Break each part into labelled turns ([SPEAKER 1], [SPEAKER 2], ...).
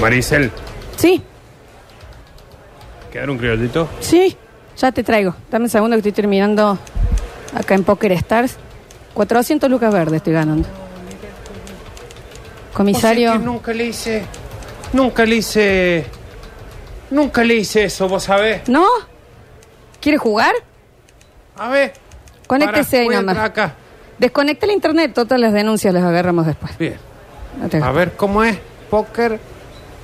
[SPEAKER 1] Maricel,
[SPEAKER 2] Sí,
[SPEAKER 1] ¿quedaron un criollito?
[SPEAKER 2] sí, ya te traigo. Dame un segundo que estoy terminando acá en Poker Stars. 400 lucas verdes estoy ganando. Comisario.
[SPEAKER 1] Vos sabés que nunca le hice. Nunca le hice. Nunca le hice eso, vos sabés.
[SPEAKER 2] ¿No? ¿Quiere jugar?
[SPEAKER 1] A ver.
[SPEAKER 2] Conéctese
[SPEAKER 1] pará,
[SPEAKER 2] ahí
[SPEAKER 1] voy a
[SPEAKER 2] nomás.
[SPEAKER 1] entrar acá.
[SPEAKER 2] Desconecta el internet, todas las denuncias las agarramos después.
[SPEAKER 1] Bien.
[SPEAKER 2] No te-
[SPEAKER 1] A ver cómo es. Póker.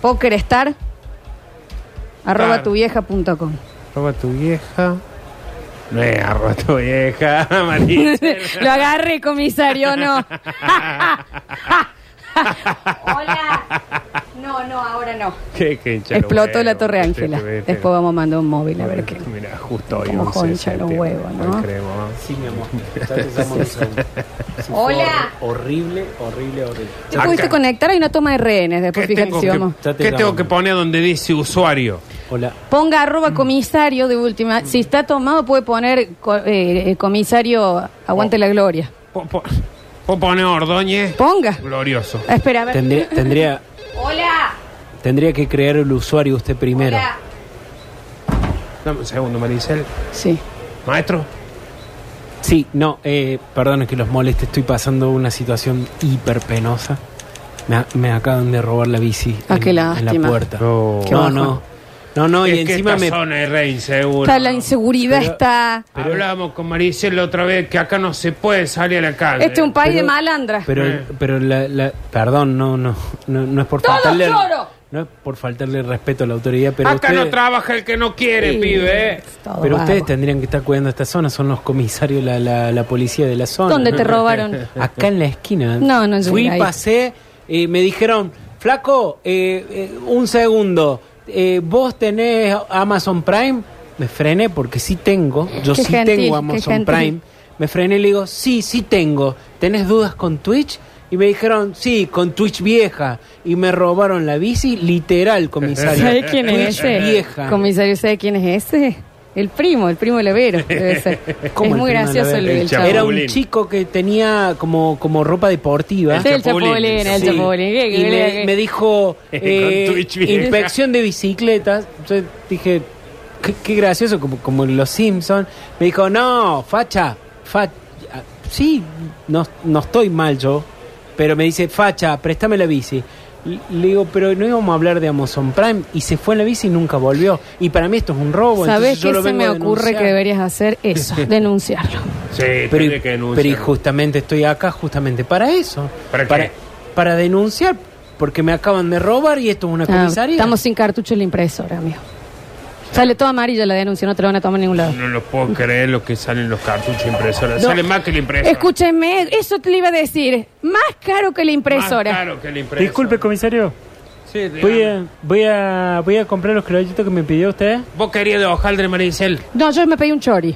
[SPEAKER 2] Pokerstar arroba
[SPEAKER 1] Claro.
[SPEAKER 2] tuvieja.com.
[SPEAKER 1] Roba tu vieja. No es arroba tu vieja, Maricel.
[SPEAKER 2] Lo agarre, comisario, no. Hola. No, no, ahora no.
[SPEAKER 1] Qué- qué hincha los
[SPEAKER 2] Explotó
[SPEAKER 1] huevos,
[SPEAKER 2] la
[SPEAKER 1] Este
[SPEAKER 2] Torre
[SPEAKER 1] vete,
[SPEAKER 2] Ángela.
[SPEAKER 1] vete, vete.
[SPEAKER 2] Después vamos a mandar un móvil a ver qué.
[SPEAKER 1] Mira, este justo hoy.
[SPEAKER 2] Como
[SPEAKER 1] 11 de
[SPEAKER 2] joncha los
[SPEAKER 1] septiembre, ¿eh?
[SPEAKER 2] huevos, ¿no?
[SPEAKER 1] creo, ¿no?
[SPEAKER 3] Sí, mi amor. Ya te llamo en un segundo. Sí, fue
[SPEAKER 2] Hola.
[SPEAKER 3] hor- Horrible, horrible, horrible.
[SPEAKER 2] ¿Te
[SPEAKER 1] Acá.
[SPEAKER 2] pudiste conectar? Hay una toma de rehenes.
[SPEAKER 1] ¿Qué
[SPEAKER 2] Después fíjate
[SPEAKER 1] Este tengo,
[SPEAKER 2] si
[SPEAKER 1] que,
[SPEAKER 2] vamos.
[SPEAKER 3] Ya te
[SPEAKER 1] qué
[SPEAKER 3] llamo.
[SPEAKER 1] tengo que poner donde dice usuario?
[SPEAKER 3] Hola.
[SPEAKER 2] Ponga
[SPEAKER 1] Mm.
[SPEAKER 2] arroba comisario de última. Si está tomado, puede poner co- eh, eh, comisario
[SPEAKER 1] Oh.
[SPEAKER 2] Aguante la Gloria.
[SPEAKER 1] Po- po- ¿Puedo poner Ordóñez?
[SPEAKER 2] Ponga.
[SPEAKER 1] Glorioso.
[SPEAKER 2] Ah, espera, a ver.
[SPEAKER 3] Tendría, tendría,
[SPEAKER 2] Hola.
[SPEAKER 3] tendría que crear el usuario usted primero.
[SPEAKER 2] Hola.
[SPEAKER 1] Dame un segundo, Maricel.
[SPEAKER 2] Sí.
[SPEAKER 1] Maestro.
[SPEAKER 3] Sí, no, eh, perdón que los moleste, estoy pasando una situación hiper penosa. Me, a- me acaban de robar la bici
[SPEAKER 2] Ah, qué
[SPEAKER 3] en, en la
[SPEAKER 2] lástima.
[SPEAKER 3] puerta.
[SPEAKER 1] No. Qué
[SPEAKER 3] no,
[SPEAKER 2] bajo.
[SPEAKER 3] no, no, no, y
[SPEAKER 1] es que
[SPEAKER 3] encima
[SPEAKER 1] esta
[SPEAKER 3] me...
[SPEAKER 1] zona es re insegura.
[SPEAKER 2] Está la inseguridad
[SPEAKER 3] Pero-
[SPEAKER 2] está.
[SPEAKER 1] Pero- Hablamos con Maricel la otra vez que acá no se puede salir a la calle.
[SPEAKER 2] Este es un país de
[SPEAKER 3] Pero-
[SPEAKER 2] malandras.
[SPEAKER 3] Pero,
[SPEAKER 1] Eh.
[SPEAKER 3] pero la, la- perdón, no, no, no, no es por
[SPEAKER 2] Todo
[SPEAKER 3] faltarle,
[SPEAKER 2] lloro.
[SPEAKER 3] no es por faltarle respeto a la autoridad, pero
[SPEAKER 1] acá no
[SPEAKER 3] ustedes,
[SPEAKER 1] trabaja el que no quiere,
[SPEAKER 2] Sí,
[SPEAKER 1] pibe. ¿eh?
[SPEAKER 2] es todo
[SPEAKER 3] pero ustedes
[SPEAKER 2] vago.
[SPEAKER 3] tendrían que estar cuidando esta zona, son los comisarios, la, la, la policía de la zona.
[SPEAKER 2] ¿Dónde te robaron?
[SPEAKER 3] Acá en la esquina.
[SPEAKER 2] No, no llegué
[SPEAKER 3] Fui,
[SPEAKER 2] ahí.
[SPEAKER 3] pasé, eh, me dijeron, flaco, eh, eh, un segundo, eh, vos tenés Amazon Prime. Me frené porque sí tengo, yo
[SPEAKER 2] Qué
[SPEAKER 3] sí
[SPEAKER 2] gentil,
[SPEAKER 3] tengo
[SPEAKER 2] qué
[SPEAKER 3] Amazon
[SPEAKER 2] gentil.
[SPEAKER 3] Prime. Me frené y le digo, sí, sí tengo. ¿Tenés dudas con Twitch? Y me dijeron, sí, con Twitch vieja. Y me robaron la bici, literal, comisario.
[SPEAKER 2] ¿Sabe quién es
[SPEAKER 3] Twitch
[SPEAKER 2] ese?
[SPEAKER 3] vieja.
[SPEAKER 2] Comisario, ¿sabe quién es ese? El primo, el primo Levero. debe ser. Es
[SPEAKER 3] ¿Cómo el
[SPEAKER 2] muy
[SPEAKER 3] primo
[SPEAKER 2] gracioso el,
[SPEAKER 3] Levero?
[SPEAKER 2] el
[SPEAKER 1] El
[SPEAKER 2] chavo.
[SPEAKER 3] Era
[SPEAKER 2] Era
[SPEAKER 3] un
[SPEAKER 1] Chapulín.
[SPEAKER 3] chico que tenía como, como ropa deportiva.
[SPEAKER 1] El
[SPEAKER 2] Sí, el
[SPEAKER 1] Chapulín.
[SPEAKER 2] chapulín, el
[SPEAKER 3] Ah, Sí.
[SPEAKER 2] chapulín. ¿Qué, qué,
[SPEAKER 3] Y me,
[SPEAKER 2] qué?
[SPEAKER 3] me dijo eh,
[SPEAKER 1] Con Twitch vieja.
[SPEAKER 3] inspección de bicicletas. Yo dije, qué, qué gracioso, como, como los Simpsons. Me dijo, no, facha, facha. Sí, no, no estoy mal yo, pero me dice, facha, préstame la bici. Le le digo, pero no íbamos a hablar de Amazon Prime y se fue en la bici y nunca volvió. Y para mí esto es un robo.
[SPEAKER 2] ¿Sabes
[SPEAKER 3] entonces yo
[SPEAKER 2] qué
[SPEAKER 3] lo
[SPEAKER 2] se
[SPEAKER 3] vengo
[SPEAKER 2] me
[SPEAKER 3] a
[SPEAKER 2] ocurre que
[SPEAKER 3] denunciar.
[SPEAKER 2] deberías hacer? Eso, denunciarlo.
[SPEAKER 1] Sí,
[SPEAKER 3] Pero,
[SPEAKER 1] tiene que
[SPEAKER 3] y- pero y
[SPEAKER 1] denunciar.
[SPEAKER 3] justamente estoy acá justamente para eso.
[SPEAKER 1] ¿Para qué?
[SPEAKER 3] para denunciar, porque me acaban de robar y esto es una
[SPEAKER 2] Ah,
[SPEAKER 3] comisaría.
[SPEAKER 2] estamos sin cartucho en la impresora, amigo. Sale toda amarilla la denuncia, no te lo van a tomar en ningún lado.
[SPEAKER 1] No lo puedo creer lo que salen los cartuchos impresoras.
[SPEAKER 3] No.
[SPEAKER 1] Sale más que la impresora.
[SPEAKER 2] Escúcheme, eso te lo iba a decir. Más caro que la impresora.
[SPEAKER 1] Más caro que la impresora.
[SPEAKER 4] Disculpe, comisario.
[SPEAKER 1] Sí,
[SPEAKER 4] Voy a,
[SPEAKER 1] digamos.
[SPEAKER 4] voy a, voy a comprar los criollitos que me pidió usted.
[SPEAKER 1] Vos querías de hojaldre, Maricel.
[SPEAKER 2] No, yo me pedí un chori.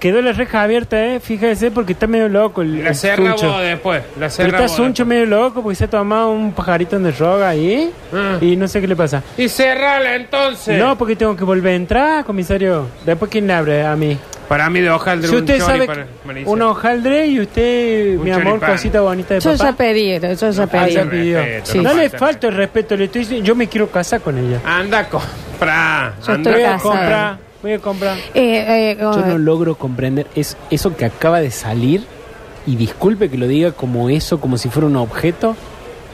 [SPEAKER 4] Quedó la reja abierta, eh. Fíjese porque está medio loco el,
[SPEAKER 1] La
[SPEAKER 4] el
[SPEAKER 1] cerra
[SPEAKER 4] Suncho.
[SPEAKER 1] vos después. La
[SPEAKER 4] Pero
[SPEAKER 1] cerra
[SPEAKER 4] está
[SPEAKER 1] vos
[SPEAKER 4] Suncho medio loco porque se ha tomado un pajarito en droga ahí.
[SPEAKER 1] Ah.
[SPEAKER 4] Y no sé qué le pasa.
[SPEAKER 1] después. Y cerrala entonces.
[SPEAKER 4] No, porque tengo que volver a entrar, comisario. Después, ¿quién le abre a mí?
[SPEAKER 1] Para mí de hojaldre
[SPEAKER 4] Si
[SPEAKER 1] un
[SPEAKER 4] usted
[SPEAKER 1] chori
[SPEAKER 4] sabe
[SPEAKER 1] para
[SPEAKER 4] que-
[SPEAKER 1] Maricel.
[SPEAKER 4] un hojaldre y usted,
[SPEAKER 1] Un
[SPEAKER 4] mi amor,
[SPEAKER 1] choripán.
[SPEAKER 4] cosita bonita de
[SPEAKER 2] Yo
[SPEAKER 4] papá.
[SPEAKER 2] ya pedí, yo ya
[SPEAKER 4] Ah,
[SPEAKER 2] pedí.
[SPEAKER 4] ya
[SPEAKER 1] Respeto,
[SPEAKER 4] pidió.
[SPEAKER 2] Sí.
[SPEAKER 4] No le
[SPEAKER 1] falta
[SPEAKER 4] falto el respeto, le estoy diciendo, yo me quiero casar con ella.
[SPEAKER 1] Anda, compra.
[SPEAKER 2] Yo
[SPEAKER 1] anda,
[SPEAKER 2] estoy
[SPEAKER 4] Voy a
[SPEAKER 2] casada.
[SPEAKER 4] comprar, voy a comprar.
[SPEAKER 2] Eh, eh,
[SPEAKER 3] Yo no
[SPEAKER 2] eh,
[SPEAKER 3] logro comprender es, eso que acaba de salir, y disculpe que lo diga como eso, como si fuera un objeto,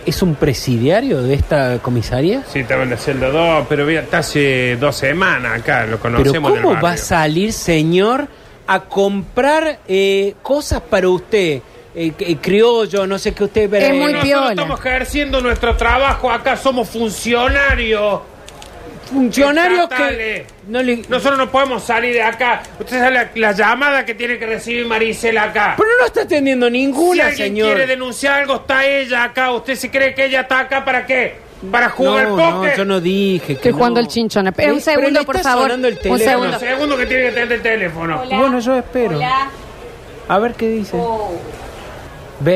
[SPEAKER 3] ¿es un presidiario de esta comisaría?
[SPEAKER 1] Sí, estaba en la celda 2, pero mira, está hace dos semanas acá, lo
[SPEAKER 3] Pero
[SPEAKER 1] conocemos del
[SPEAKER 3] ¿cómo
[SPEAKER 1] barrio.
[SPEAKER 3] va a salir, señor, a comprar eh, cosas para usted? Eh, que- criollo, no sé qué usted...
[SPEAKER 2] Es muy
[SPEAKER 3] eh,
[SPEAKER 1] Nosotros
[SPEAKER 2] piola.
[SPEAKER 1] estamos ejerciendo nuestro trabajo acá, somos funcionarios.
[SPEAKER 3] funcionarios que...
[SPEAKER 1] Estatales.
[SPEAKER 3] No le,
[SPEAKER 1] Nosotros no podemos salir de acá. Usted sabe la, la llamada que tiene que recibir Maricela acá.
[SPEAKER 3] Pero no está atendiendo ninguna,
[SPEAKER 1] si alguien
[SPEAKER 3] señor.
[SPEAKER 1] quiere denunciar algo, está ella acá. ¿Usted se cree que ella está acá para qué? ¿Para jugar
[SPEAKER 3] no,
[SPEAKER 1] póker?
[SPEAKER 3] no, yo no dije que
[SPEAKER 2] Estoy jugando
[SPEAKER 3] no.
[SPEAKER 2] el chinchón. Espera un
[SPEAKER 3] Sí, pero
[SPEAKER 2] segundo,
[SPEAKER 3] le
[SPEAKER 2] por
[SPEAKER 3] está
[SPEAKER 2] favor.
[SPEAKER 3] sonando el
[SPEAKER 2] Un
[SPEAKER 3] teléfono.
[SPEAKER 2] segundo.
[SPEAKER 1] Segundo que tiene que tener el teléfono.
[SPEAKER 3] Y bueno, yo espero. A ver qué dice. Ve,
[SPEAKER 2] Oh.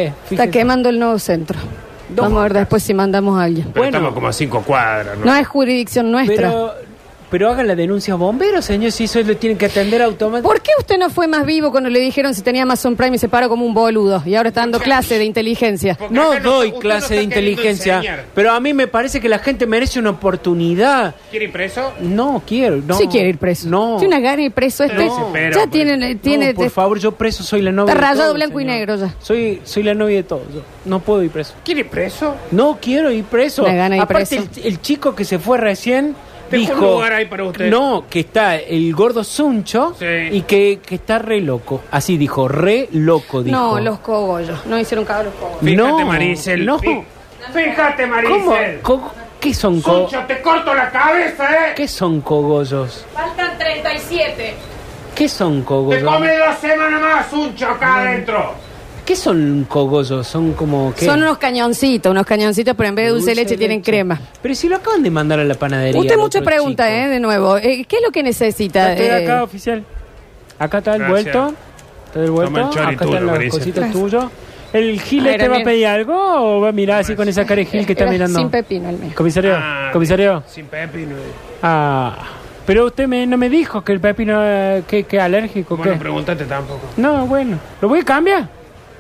[SPEAKER 2] Está
[SPEAKER 3] fíjese.
[SPEAKER 2] quemando el nuevo centro. Vamos a ver después si mandamos a alguien.
[SPEAKER 1] Pero estamos como a cinco cuadras, ¿no?
[SPEAKER 2] No es jurisdicción nuestra.
[SPEAKER 3] Pero Pero hagan la denuncia a bomberos, señor, si eso lo tienen que atender automáticamente.
[SPEAKER 2] ¿Por qué usted no fue más vivo cuando le dijeron si tenía Amazon Prime y se paró como un boludo? Y ahora está dando clase de inteligencia.
[SPEAKER 1] Porque
[SPEAKER 3] No
[SPEAKER 1] acá no-
[SPEAKER 3] doy
[SPEAKER 1] usted
[SPEAKER 3] clase
[SPEAKER 1] no
[SPEAKER 3] de
[SPEAKER 1] está queriendo
[SPEAKER 3] inteligencia,
[SPEAKER 1] enseñar.
[SPEAKER 3] pero a mí me parece que la gente merece una oportunidad.
[SPEAKER 1] ¿Quiere ir preso?
[SPEAKER 3] No quiero, no.
[SPEAKER 2] Sí quiere ir preso.
[SPEAKER 3] No.
[SPEAKER 2] Tiene una gana de ir preso este.
[SPEAKER 1] No. Desespera,
[SPEAKER 2] ya
[SPEAKER 1] pues.
[SPEAKER 2] tiene, eh, tiene
[SPEAKER 3] No, por favor, yo preso soy la novia.
[SPEAKER 2] está
[SPEAKER 3] de
[SPEAKER 2] rayado
[SPEAKER 3] todos,
[SPEAKER 2] blanco y
[SPEAKER 3] señor.
[SPEAKER 2] negro ya.
[SPEAKER 3] Soy, soy la novia de todos. yo No puedo ir preso.
[SPEAKER 1] ¿Quiere ir preso?
[SPEAKER 3] No quiero ir preso.
[SPEAKER 2] Me gana ir
[SPEAKER 3] Aparte,
[SPEAKER 2] preso.
[SPEAKER 3] El, el chico que se fue recién
[SPEAKER 1] Dejó
[SPEAKER 3] dijo...
[SPEAKER 1] un lugar ahí para usted.
[SPEAKER 3] No, que está el gordo Suncho
[SPEAKER 1] Sí.
[SPEAKER 3] y que, que está re loco. Así dijo, re loco, dijo.
[SPEAKER 2] No, los cogollos. No hicieron cago los cogollos.
[SPEAKER 1] Fíjate,
[SPEAKER 3] No,
[SPEAKER 1] Maricel.
[SPEAKER 3] no.
[SPEAKER 1] Fí- Fíjate,
[SPEAKER 3] ¿Cómo?
[SPEAKER 1] Maricel.
[SPEAKER 3] Co- ¿Qué son co-
[SPEAKER 1] Sucho, te corto la cabeza, ¿eh?
[SPEAKER 3] ¿Qué son cogollos?
[SPEAKER 2] Faltan 37.
[SPEAKER 3] ¿Qué son
[SPEAKER 1] Te
[SPEAKER 3] cogollos?
[SPEAKER 1] come dos semanas más, Sucho, acá adentro.
[SPEAKER 3] ¿Qué son cogollos? Son como que
[SPEAKER 2] Son unos cañoncitos, unos cañoncitos, pero en vez de dulce, de leche, tienen crema.
[SPEAKER 3] Pero si lo acaban de mandar a la panadería.
[SPEAKER 2] Usted
[SPEAKER 3] al
[SPEAKER 2] mucha
[SPEAKER 3] otro
[SPEAKER 2] pregunta,
[SPEAKER 3] chico.
[SPEAKER 2] ¿eh? De nuevo. Eh, ¿Qué es lo que necesita?
[SPEAKER 4] Estoy
[SPEAKER 2] eh?
[SPEAKER 4] acá, oficial. Acá está el
[SPEAKER 1] Gracias.
[SPEAKER 4] vuelto. Está el vuelto.
[SPEAKER 1] Toma el
[SPEAKER 4] Acá
[SPEAKER 1] chori tuyo,
[SPEAKER 4] están las
[SPEAKER 1] Marisa.
[SPEAKER 4] cositas tuyas. ¿El Gil
[SPEAKER 2] Ay,
[SPEAKER 4] este va a
[SPEAKER 2] Ramírez.
[SPEAKER 4] pedir algo o va a mirar así con esa cara de Gil que está
[SPEAKER 2] Era
[SPEAKER 4] mirando?
[SPEAKER 2] Sin pepino el mío.
[SPEAKER 4] Comisario,
[SPEAKER 1] Ah,
[SPEAKER 4] comisario.
[SPEAKER 1] Sin Pepe, no.
[SPEAKER 4] Ah, pero usted me- no me dijo que el pepino eh, que, que alérgico.
[SPEAKER 1] Bueno,
[SPEAKER 4] que-
[SPEAKER 1] pregúntate tampoco.
[SPEAKER 4] No, bueno. ¿Lo voy a cambiar?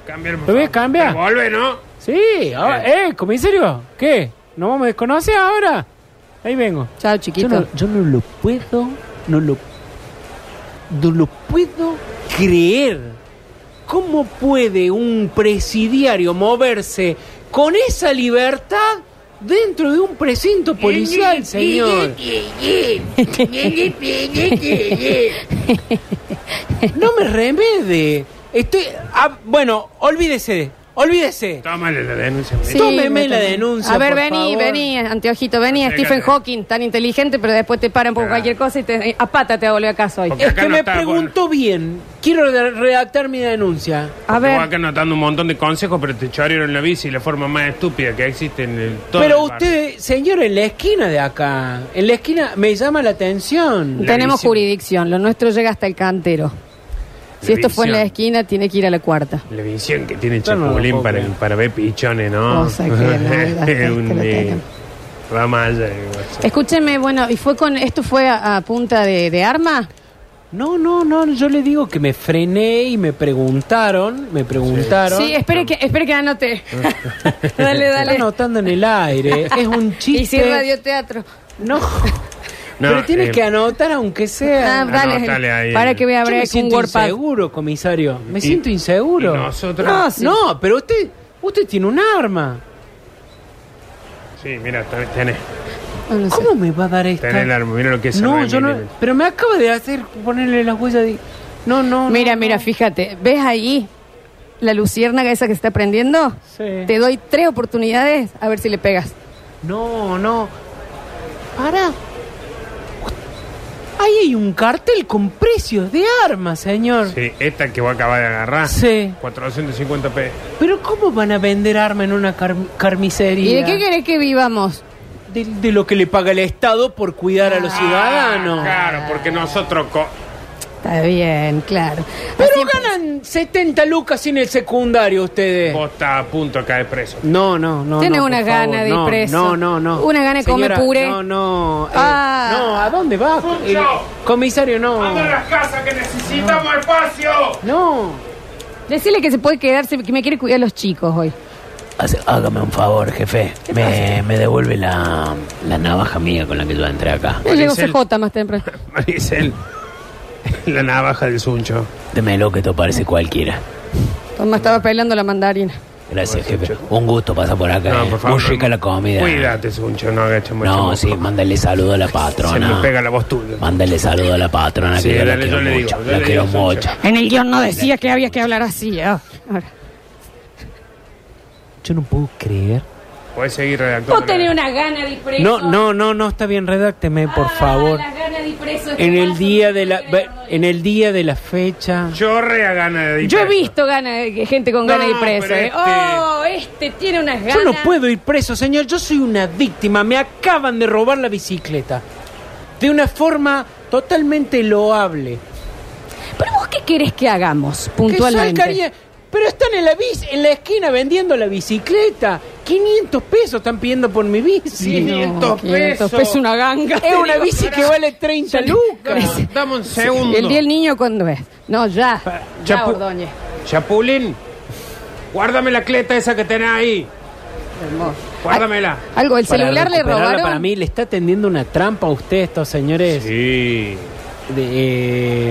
[SPEAKER 1] Cambia el
[SPEAKER 4] ¿Lo voy a cambiar?
[SPEAKER 1] Pero Vuelve, ¿no?
[SPEAKER 4] Sí. ah, eh, comisario, ¿qué? ¿No vamos a desconocer ahora? Ahí vengo.
[SPEAKER 2] Chao,
[SPEAKER 3] Yo
[SPEAKER 2] chiquito.
[SPEAKER 3] no, yo no lo puedo, no lo, no lo puedo creer. ¿Cómo puede un presidiario moverse con esa libertad dentro de un precinto policial, señor? No me remede. Estoy, ah, bueno, olvídese, olvídese.
[SPEAKER 1] Tómale la denuncia.
[SPEAKER 2] Sí,
[SPEAKER 3] Tómeme
[SPEAKER 2] me
[SPEAKER 3] la
[SPEAKER 2] tomé.
[SPEAKER 3] denuncia,
[SPEAKER 2] A ver,
[SPEAKER 3] por
[SPEAKER 2] vení,
[SPEAKER 3] favor.
[SPEAKER 2] vení, anteojito, vení,
[SPEAKER 1] Acércate.
[SPEAKER 2] Stephen Hawking, tan inteligente, pero después te paran por
[SPEAKER 1] Claro.
[SPEAKER 2] cualquier cosa y te, eh, a pata te volvió a casa hoy.
[SPEAKER 1] Porque
[SPEAKER 3] Es
[SPEAKER 1] acá
[SPEAKER 3] que
[SPEAKER 1] no
[SPEAKER 3] me
[SPEAKER 1] está,
[SPEAKER 3] pregunto bien. Quiero re- redactar mi denuncia.
[SPEAKER 2] A
[SPEAKER 1] Estuvo
[SPEAKER 2] ver,
[SPEAKER 1] acá anotando un montón de consejos, pero te chorearon la bici la forma más estúpida que existe en el todo.
[SPEAKER 3] Pero
[SPEAKER 1] el barrio.
[SPEAKER 3] usted, señor, en la esquina de acá, en la esquina me llama la atención.
[SPEAKER 2] tenemos
[SPEAKER 1] Levísimo.
[SPEAKER 2] jurisdicción, lo nuestro llega hasta el cantero. Si esto fue en la
[SPEAKER 1] Levísimo.
[SPEAKER 2] esquina, tiene que ir a la cuarta.
[SPEAKER 1] La visión que tiene
[SPEAKER 3] Yo no lo
[SPEAKER 1] Chapulín
[SPEAKER 3] puedo
[SPEAKER 1] para,
[SPEAKER 3] creer.
[SPEAKER 1] para ver pichones, ¿no?
[SPEAKER 2] Cosa que no, la-
[SPEAKER 1] es
[SPEAKER 2] que
[SPEAKER 1] un
[SPEAKER 2] lo
[SPEAKER 1] eh,
[SPEAKER 2] tengan.
[SPEAKER 1] ramalla. eh, guacho.
[SPEAKER 2] Escúcheme, bueno, y fue con, esto fue a, a punta de, de arma.
[SPEAKER 3] No, no, no, yo le digo que me frené y me preguntaron, me preguntaron.
[SPEAKER 2] Sí, espere que, espere que anote. dale,
[SPEAKER 3] Está
[SPEAKER 2] dale.
[SPEAKER 3] anotando en el aire, es un chiste.
[SPEAKER 2] Y si radioteatro.
[SPEAKER 3] No.
[SPEAKER 1] No,
[SPEAKER 3] Pero tienes
[SPEAKER 1] eh,
[SPEAKER 3] que anotar aunque
[SPEAKER 2] Ah,
[SPEAKER 3] sea.
[SPEAKER 1] Anótale ahí.
[SPEAKER 2] dale, para que voy a
[SPEAKER 3] Yo
[SPEAKER 2] abrir
[SPEAKER 3] me
[SPEAKER 2] aquí un
[SPEAKER 3] siento
[SPEAKER 2] WordPad.
[SPEAKER 3] inseguro, comisario. Me
[SPEAKER 1] Y-
[SPEAKER 3] siento inseguro.
[SPEAKER 1] y nosotros-
[SPEAKER 3] No,
[SPEAKER 1] Ah,
[SPEAKER 2] sí.
[SPEAKER 3] no, pero usted, usted tiene un arma.
[SPEAKER 1] Sí, mira, ten- tenés,
[SPEAKER 2] No, no sé.
[SPEAKER 3] ¿Cómo me va a dar esta?
[SPEAKER 1] tenés el arma. Mira lo que es.
[SPEAKER 3] No,
[SPEAKER 1] nueve
[SPEAKER 3] yo no.
[SPEAKER 1] milímetros.
[SPEAKER 3] Pero me acaba de hacer ponerle las huellas de. No, no.
[SPEAKER 2] Mira,
[SPEAKER 3] no,
[SPEAKER 2] mira,
[SPEAKER 3] no.
[SPEAKER 2] fíjate, ¿ves ahí la luciérnaga esa que se está prendiendo?
[SPEAKER 4] Sí.
[SPEAKER 2] Te doy tres oportunidades a ver si le pegas.
[SPEAKER 3] No, no. Para. Ahí hay un cartel con precios de armas, señor. Ah.
[SPEAKER 1] Sí, esta que voy a acabar de agarrar.
[SPEAKER 3] Sí.
[SPEAKER 1] 450 p.
[SPEAKER 3] Pero ¿cómo van a vender arma en una car- carnicería?
[SPEAKER 2] ¿Y de qué querés que vivamos?
[SPEAKER 3] De, de lo que le paga el Estado por cuidar a los
[SPEAKER 2] Ah.
[SPEAKER 3] ciudadanos.
[SPEAKER 1] Claro, porque nosotros. co-
[SPEAKER 2] Está bien, claro.
[SPEAKER 3] Pero
[SPEAKER 2] Así- em-
[SPEAKER 3] ganan 70 lucas sin el secundario ustedes.
[SPEAKER 1] Vos estás a punto de caer preso.
[SPEAKER 3] No, no, no.
[SPEAKER 2] Tiene
[SPEAKER 3] no,
[SPEAKER 2] una
[SPEAKER 3] por
[SPEAKER 2] gana
[SPEAKER 3] favor,
[SPEAKER 2] de ir
[SPEAKER 3] no,
[SPEAKER 2] preso.
[SPEAKER 3] No, no, no.
[SPEAKER 2] Una gana de comer
[SPEAKER 3] Señora,
[SPEAKER 2] puré.
[SPEAKER 3] No, no. eh,
[SPEAKER 2] Ah.
[SPEAKER 3] No, ¿a dónde va?
[SPEAKER 1] Sucho.
[SPEAKER 3] Eh, comisario, no.
[SPEAKER 1] Vamos a las casas que necesitamos espacio.
[SPEAKER 3] No.
[SPEAKER 2] Decirle que se puede quedarse, que me quiere cuidar a los chicos hoy.
[SPEAKER 5] Hace- hágame un favor, jefe. Me, me devuelve la, la navaja mía con la que yo entré acá.
[SPEAKER 2] Ya Llegó
[SPEAKER 1] Maricel.
[SPEAKER 2] CJ más temprano.
[SPEAKER 1] Maricel, la navaja del suncho.
[SPEAKER 5] Démelo que esto parece cualquiera.
[SPEAKER 2] Tomás estaba pelando la mandarina.
[SPEAKER 5] Gracias, jefe. Un gusto pasar por acá. eh. Muy rica la comida.
[SPEAKER 1] Cuídate, Suncho, no agaches mucho.
[SPEAKER 5] No, sí, mándale saludo a la
[SPEAKER 1] Se me
[SPEAKER 5] patrona.
[SPEAKER 1] pega la voz tuya.
[SPEAKER 5] Mándale saludo a la patrona
[SPEAKER 1] Sí,
[SPEAKER 5] que yo la
[SPEAKER 1] dale, yo
[SPEAKER 5] quiero
[SPEAKER 1] le digo,
[SPEAKER 5] mucho.
[SPEAKER 1] yo
[SPEAKER 5] la
[SPEAKER 1] le
[SPEAKER 5] quiero
[SPEAKER 1] digo,
[SPEAKER 5] mucho.
[SPEAKER 2] En el guión no decía que había que hablar así. ah. Ahora.
[SPEAKER 3] Yo no puedo creer.
[SPEAKER 1] Puedes seguir redactando.
[SPEAKER 2] Vos tenés una gana de ir preso.
[SPEAKER 3] No, no, no, no está bien, redácteme, por
[SPEAKER 2] Ah,
[SPEAKER 3] favor.
[SPEAKER 2] las ganas de ir preso.
[SPEAKER 3] En el
[SPEAKER 2] Más
[SPEAKER 3] día
[SPEAKER 2] o
[SPEAKER 3] de la
[SPEAKER 2] menos
[SPEAKER 3] ve- en el día de la fecha.
[SPEAKER 1] Yo rea gana de ir
[SPEAKER 2] Yo he
[SPEAKER 1] preso.
[SPEAKER 2] visto ganas de- gente con
[SPEAKER 1] No,
[SPEAKER 2] ganas de ir preso.
[SPEAKER 1] pero
[SPEAKER 2] eh.
[SPEAKER 1] este-
[SPEAKER 2] Oh, este tiene unas ganas.
[SPEAKER 3] Yo no puedo ir preso, señor. Yo soy una víctima. Me acaban de robar la bicicleta. De una forma totalmente loable.
[SPEAKER 2] Pero vos qué querés que hagamos
[SPEAKER 3] Que
[SPEAKER 2] puntualmente.
[SPEAKER 3] salga bien. Pero están en la, bis- en la esquina vendiendo la bicicleta. 500 pesos están pidiendo por mi bici.
[SPEAKER 1] 500 pesos.
[SPEAKER 2] pesos una ganga.
[SPEAKER 3] Es una bici que vale 30 lucas.
[SPEAKER 1] Dame- Dame un segundo.
[SPEAKER 2] El día del niño, ¿cuándo es? No, ya. Ya,
[SPEAKER 1] Chapu-
[SPEAKER 2] Ordóñez.
[SPEAKER 1] Chapulín, guárdame la cleta esa que tenés ahí.
[SPEAKER 2] Hermoso.
[SPEAKER 1] Guárdamela.
[SPEAKER 2] Ay, Algo, el
[SPEAKER 3] Para
[SPEAKER 2] celular le
[SPEAKER 3] recuperarla,
[SPEAKER 2] robaron.
[SPEAKER 3] Para mí le está tendiendo una trampa a usted, estos señores.
[SPEAKER 1] Sí.
[SPEAKER 3] de,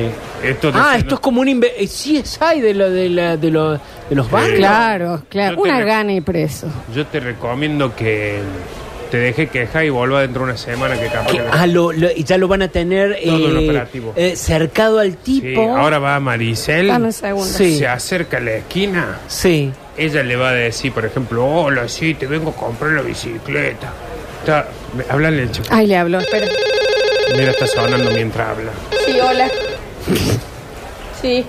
[SPEAKER 3] eh,
[SPEAKER 1] Esto te-
[SPEAKER 3] ah, esto es como un inve- eh, sí es hay de lo, de, la- de lo- de los bancos.
[SPEAKER 2] Claro,
[SPEAKER 1] Yo
[SPEAKER 2] claro.
[SPEAKER 1] te
[SPEAKER 2] Una
[SPEAKER 1] re-
[SPEAKER 2] gana y preso.
[SPEAKER 1] Yo te recomiendo que te deje queja y vuelva dentro de una semana que capaz
[SPEAKER 3] Que-
[SPEAKER 1] que la-
[SPEAKER 3] ah, lo- lo- y ya lo van a tener
[SPEAKER 1] Todo el operativo.
[SPEAKER 3] eh, cercado al tipo.
[SPEAKER 1] Sí, ahora va Maricel.
[SPEAKER 2] Dame un segundo.
[SPEAKER 3] Sí.
[SPEAKER 1] Se acerca a la esquina.
[SPEAKER 3] Sí.
[SPEAKER 1] Ella le va a decir, por ejemplo, hola, sí, te vengo a comprar la bicicleta. Está, me- háblale al Chapulín.
[SPEAKER 2] Ay, le hablo, espera.
[SPEAKER 1] Mira, está sonando mientras habla.
[SPEAKER 2] Sí, hola. Sí.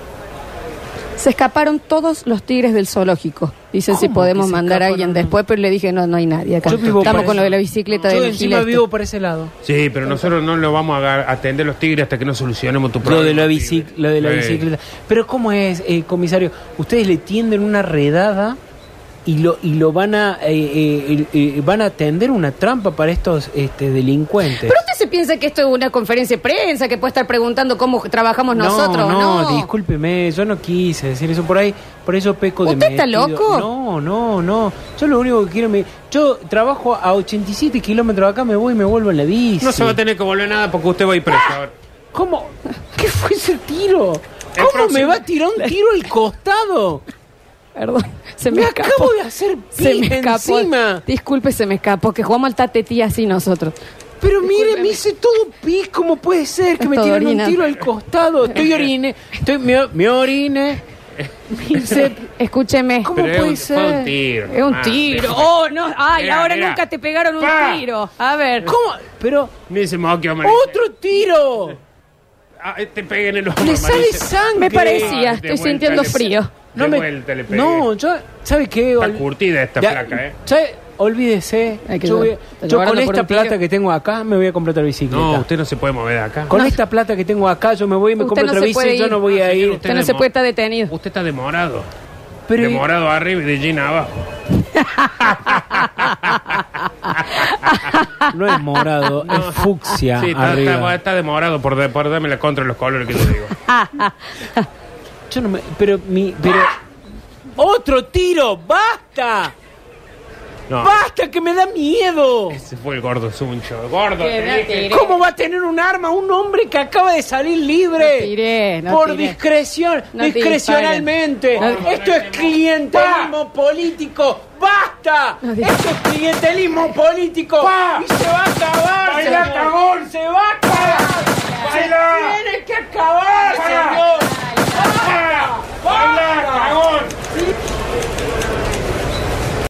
[SPEAKER 2] Se escaparon todos los tigres del zoológico. Dicen si
[SPEAKER 3] ¿Cómo
[SPEAKER 2] podemos
[SPEAKER 3] que se
[SPEAKER 2] mandar a alguien
[SPEAKER 3] escaparon?
[SPEAKER 2] después, pero le dije, no, no hay nadie acá.
[SPEAKER 3] Yo vivo
[SPEAKER 2] Estamos
[SPEAKER 3] por
[SPEAKER 2] con
[SPEAKER 3] ese-
[SPEAKER 2] lo de la bicicleta
[SPEAKER 3] Yo
[SPEAKER 2] del Gil
[SPEAKER 3] encima
[SPEAKER 2] este.
[SPEAKER 3] vivo por ese lado.
[SPEAKER 1] Sí, pero nosotros no lo vamos a agar- atender los tigres hasta que no solucionemos tu problema.
[SPEAKER 3] Lo de la,
[SPEAKER 1] tigre.
[SPEAKER 3] bici- lo de la
[SPEAKER 1] Sí.
[SPEAKER 3] bicicleta. Pero ¿cómo es, eh, comisario? Ustedes le tienden una redada y lo y lo van a eh, eh, eh, eh, van a tender una trampa para estos este, delincuentes.
[SPEAKER 2] Pero usted se piensa que esto es una conferencia de prensa, que puede estar preguntando cómo trabajamos nosotros,
[SPEAKER 3] no,
[SPEAKER 2] ¿no?
[SPEAKER 3] discúlpeme, yo no quise decir eso por ahí, por eso peco de
[SPEAKER 2] ¿Usted está
[SPEAKER 3] metido.
[SPEAKER 2] loco?
[SPEAKER 3] No, no, no. Yo lo único que quiero me yo trabajo a 87 kilómetros de acá, me voy y me vuelvo en la bici.
[SPEAKER 1] No se va a tener que volver nada porque usted va a ir preso. ahora.
[SPEAKER 3] ¿Cómo? ¿Qué fue ese tiro?
[SPEAKER 1] El
[SPEAKER 3] ¿Cómo me
[SPEAKER 1] próximo.
[SPEAKER 3] va a tirar un tiro al costado?
[SPEAKER 2] Perdón, se me,
[SPEAKER 3] Me
[SPEAKER 2] escapó.
[SPEAKER 3] acabo de hacer
[SPEAKER 2] Se
[SPEAKER 3] pis
[SPEAKER 2] me escapó.
[SPEAKER 3] encima.
[SPEAKER 2] Disculpe, se me escapó, que jugamos al tatetí así nosotros.
[SPEAKER 3] Pero mire,
[SPEAKER 2] Discúlpeme.
[SPEAKER 3] me hice todo pis, ¿cómo puede ser que
[SPEAKER 2] Está
[SPEAKER 3] me
[SPEAKER 2] todo
[SPEAKER 3] tiran un
[SPEAKER 2] orinado.
[SPEAKER 3] tiro al costado? Estoy orine, estoy me, me orine. Me hice-
[SPEAKER 2] Escúcheme.
[SPEAKER 3] ¿Cómo
[SPEAKER 1] Pero es
[SPEAKER 3] puede
[SPEAKER 1] un-
[SPEAKER 3] ser?
[SPEAKER 1] fue un tiro.
[SPEAKER 2] Es un
[SPEAKER 1] Ah,
[SPEAKER 2] tiro.
[SPEAKER 1] mira.
[SPEAKER 2] Oh, no. Ay,
[SPEAKER 1] Mira,
[SPEAKER 2] ahora
[SPEAKER 1] mira.
[SPEAKER 2] nunca te pegaron un
[SPEAKER 1] Pa.
[SPEAKER 2] tiro. A ver.
[SPEAKER 3] ¿Cómo? Pero
[SPEAKER 1] Me dice Moquio, Maricel.
[SPEAKER 3] otro tiro.
[SPEAKER 1] Ah, te peguen el ojo.
[SPEAKER 3] Le sale sangre.
[SPEAKER 2] Me parecía,
[SPEAKER 1] Ah, de
[SPEAKER 2] estoy
[SPEAKER 1] vuelta
[SPEAKER 2] sintiendo
[SPEAKER 1] le-
[SPEAKER 2] frío.
[SPEAKER 1] De
[SPEAKER 3] me-
[SPEAKER 1] vuelta le pegué.
[SPEAKER 3] no, yo, ¿sabe qué?
[SPEAKER 1] Está
[SPEAKER 3] Ol-
[SPEAKER 1] curtida esta
[SPEAKER 3] Ya-
[SPEAKER 1] placa, ¿eh?
[SPEAKER 3] ¿sabe? Olvídese.
[SPEAKER 2] Hay que
[SPEAKER 3] Yo, voy-
[SPEAKER 2] llevar- te
[SPEAKER 3] yo
[SPEAKER 2] llevaron
[SPEAKER 3] con
[SPEAKER 2] por
[SPEAKER 3] esta
[SPEAKER 2] un tiro.
[SPEAKER 3] plata que tengo acá me voy a comprar otra bicicleta.
[SPEAKER 1] No, usted no se puede mover de acá.
[SPEAKER 3] Con esta plata que tengo acá yo me voy y me
[SPEAKER 2] Usted
[SPEAKER 3] compro
[SPEAKER 2] no
[SPEAKER 3] otra
[SPEAKER 2] se
[SPEAKER 3] bici,
[SPEAKER 2] puede
[SPEAKER 3] yo
[SPEAKER 2] ir.
[SPEAKER 3] no voy
[SPEAKER 1] No,
[SPEAKER 3] a
[SPEAKER 1] Ah, señor,
[SPEAKER 3] ir.
[SPEAKER 1] usted
[SPEAKER 2] Usted no se
[SPEAKER 1] demo-
[SPEAKER 2] puede estar detenido.
[SPEAKER 1] Usted está demorado.
[SPEAKER 3] Pero-
[SPEAKER 1] demorado arriba y de jean abajo.
[SPEAKER 3] No es morado, es fucsia
[SPEAKER 1] Sí, está,
[SPEAKER 3] arriba.
[SPEAKER 1] está- está demorado por, de- por darme la contra de los colores que yo digo.
[SPEAKER 3] Yo no me- pero mi, pero
[SPEAKER 1] ¡Ah!
[SPEAKER 3] otro tiro, basta,
[SPEAKER 1] No,
[SPEAKER 3] basta que me da miedo.
[SPEAKER 1] ese fue el gordo Suncho. Gordo,
[SPEAKER 2] Que
[SPEAKER 1] te
[SPEAKER 2] me
[SPEAKER 1] dije.
[SPEAKER 2] tiré.
[SPEAKER 3] ¿Cómo va a tener un arma un hombre que acaba de salir libre?
[SPEAKER 2] No tiré, no
[SPEAKER 3] Por
[SPEAKER 2] tiré.
[SPEAKER 3] discreción,
[SPEAKER 2] No te
[SPEAKER 3] discrecionalmente.
[SPEAKER 2] disparen.
[SPEAKER 1] No-
[SPEAKER 3] Esto es clientelismo político. ¡Basta!
[SPEAKER 2] No digas.
[SPEAKER 3] Esto es clientelismo político.
[SPEAKER 1] Pa.
[SPEAKER 3] Y se va a acabar,
[SPEAKER 1] Baila,
[SPEAKER 3] señor.
[SPEAKER 1] cagón.
[SPEAKER 3] Se va a acabar.
[SPEAKER 1] Baila.
[SPEAKER 3] Se tiene que acabar,
[SPEAKER 1] Pa.
[SPEAKER 3] señor.